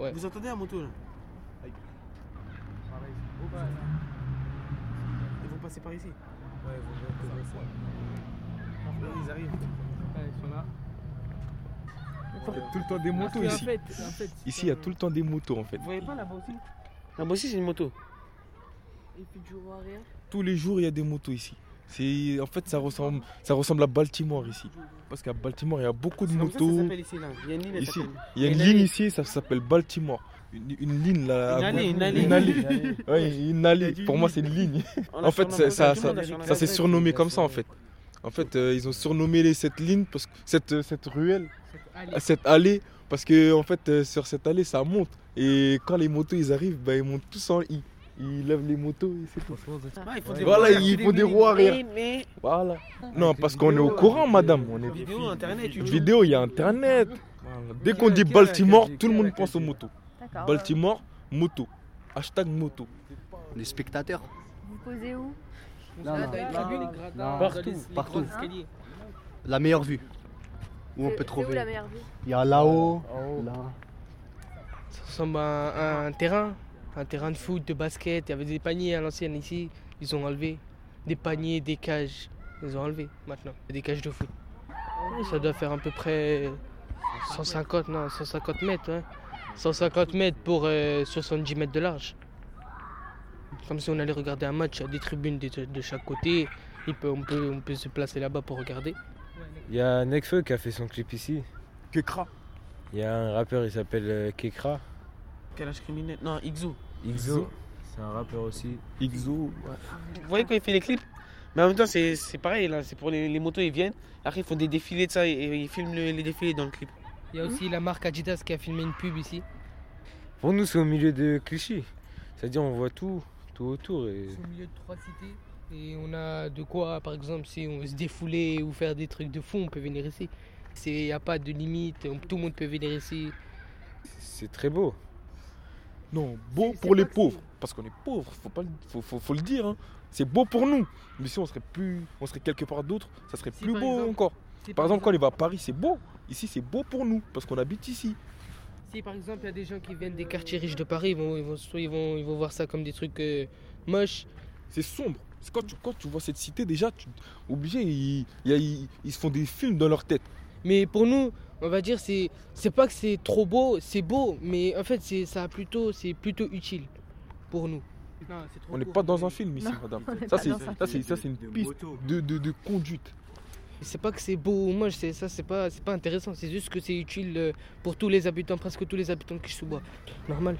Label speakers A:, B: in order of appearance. A: ouais.
B: Vous entendez la moto là Ils vont passer par ici. Là, ils arrivent.
C: ils sont là.
D: Il y a tout le temps des motos
C: Parce que,
D: ici.
C: En fait, en fait,
D: Ici, il y a tout le temps des motos en fait.
C: Vous voyez pas là-bas aussi
B: Là, moi aussi, c'est une moto.
E: Et puis du roux arrière.
D: Tous les jours, il y a des motos ici. C'est en fait ça ressemble ça ressemble à Baltimore ici parce qu'à Baltimore il y a beaucoup de
B: Comme ça, ça
D: motos.
B: s'appelle ici là. Il y a une ligne. elle
D: Ici.
B: s'appelle.
D: Il y a une
B: Une
D: ligne
B: allée.
D: ici, ça s'appelle Baltimore. Une, une ligne là. à
B: Une allée,
D: gauche.
B: une allée.
D: Une allée. Ouais, une allée. Pour moi, c'est une ligne.
B: On
D: En
B: la
D: fait,
B: surnomme
D: ça-
B: comme
D: ça-
B: tout le
D: ça-
B: monde la surnomme
D: Ça s'est
B: comme
D: surnommé comme ça en fait. En fait, euh, ils ont surnommé les- cette ligne parce que cette, euh, cette ruelle, euh,
C: Allez.
D: cette allée, parce que en fait euh, sur cette allée ça monte. Et quand les motos ils arrivent, bah, ils montent tous en I. Ils lèvent les motos et c'est tout.
B: Ah, il faut des
D: Voilà,
B: rois.
D: ils font des roues arrière.
B: Mais, mais,
D: Voilà. Non, parce qu'on est au courant, madame. On est
B: vidéo, internet,
D: Une
B: YouTube.
D: vidéo, il y a internet. Voilà. Dès qu'on dit Baltimore, tout le monde pense aux motos.
E: D'accord.
D: Baltimore, moto. Hashtag moto.
F: Les spectateurs.
E: Vous posez où
F: Là,
D: Ah,
F: là.
C: T'as vu les gradins,
F: Partout,
C: les- les
F: partout.
C: grands escaliers
F: La meilleure vue. Où on
E: Euh, C'est- C'est où la
F: peut trouver.
E: meilleure vue
F: Il y a là-haut, là.
A: Ça ressemble à un, un terrain, un terrain de foot, de basket. Il y avait des paniers à l'ancienne ici, ils ont enlevé. Des paniers, des cages, ils ont enlevé maintenant. Des cages de foot. Ça doit faire à peu près 150, non, 150 mètres. ouais. 150 mètres pour euh, 70 mètres de large. Comme si on allait regarder un match, il y a des tribunes de, de chaque côté. Il peut- on, peut, on peut se placer là-bas pour regarder.
G: Il y a Nekfeu qui a fait son clip ici.
D: Kekra.
G: Il y a un rappeur, il s'appelle euh, Kekra.
B: Quel âge criminel Non, Ixo.
G: Ixo. C'est un rappeur aussi.
D: Ixo.
B: Vous voyez quand il fait les clips Mais en même temps, c'est c'est pareil là. C'est pour les, les motos, ils viennent. Après, ils font des défilés de ça et, et ils filment le- les défilés dans le clip.
A: Il y a aussi la marque Adidas qui a filmé une pub ici.
G: Pour nous, c'est au milieu de Clichy. C'est-à-dire, on voit tout, tout autour. Et...
A: C'est au milieu de trois cités et on a de quoi, par exemple, si on veut se défouler ou faire des trucs de fou, on peut venir ici. Il n'y a pas de limite, on- tout le monde peut venir ici.
G: C'est très beau.
D: Non, beau pour les pauvres. Parce qu'on est pauvres, faut pas, le- faut, faut- faut le dire. hein. C'est beau pour nous. Mais si on serait plus, on serait quelque part d'autre, ça serait
C: Si,
D: plus
C: par
D: beau
C: exemple-
D: encore.
C: Si,
D: Par exemple, quand on va à Paris, c'est beau. Ici, c'est beau pour nous parce qu'on habite ici.
A: Si par exemple il y a des gens qui viennent des quartiers riches de Paris, ils vont, ils vont, soit ils vont, ils vont voir ça comme des trucs euh, moches.
D: C'est sombre. C'est Quand tu, quand tu vois cette cité, déjà, tu, obligé, ils, il y a- ils- ils se font des films dans leur tête.
A: Mais pour nous, on va dire, c'est c'est pas que c'est trop beau, c'est beau, mais en fait, c'est ça a plutôt, c'est plutôt utile pour nous.
C: Non, c'est trop
D: On n'est
C: court.
D: pas dans un film ici, madame. Ça, c'est
E: dans
D: ça, c'est- ça, c'est une piste de, de- de conduite.
A: C'est pas que c'est beau ou moche, c'est ça, c'est pas, c'est pas intéressant. C'est juste que c'est utile euh, pour tous les habitants, presque tous les habitants de Kishouba. Normal.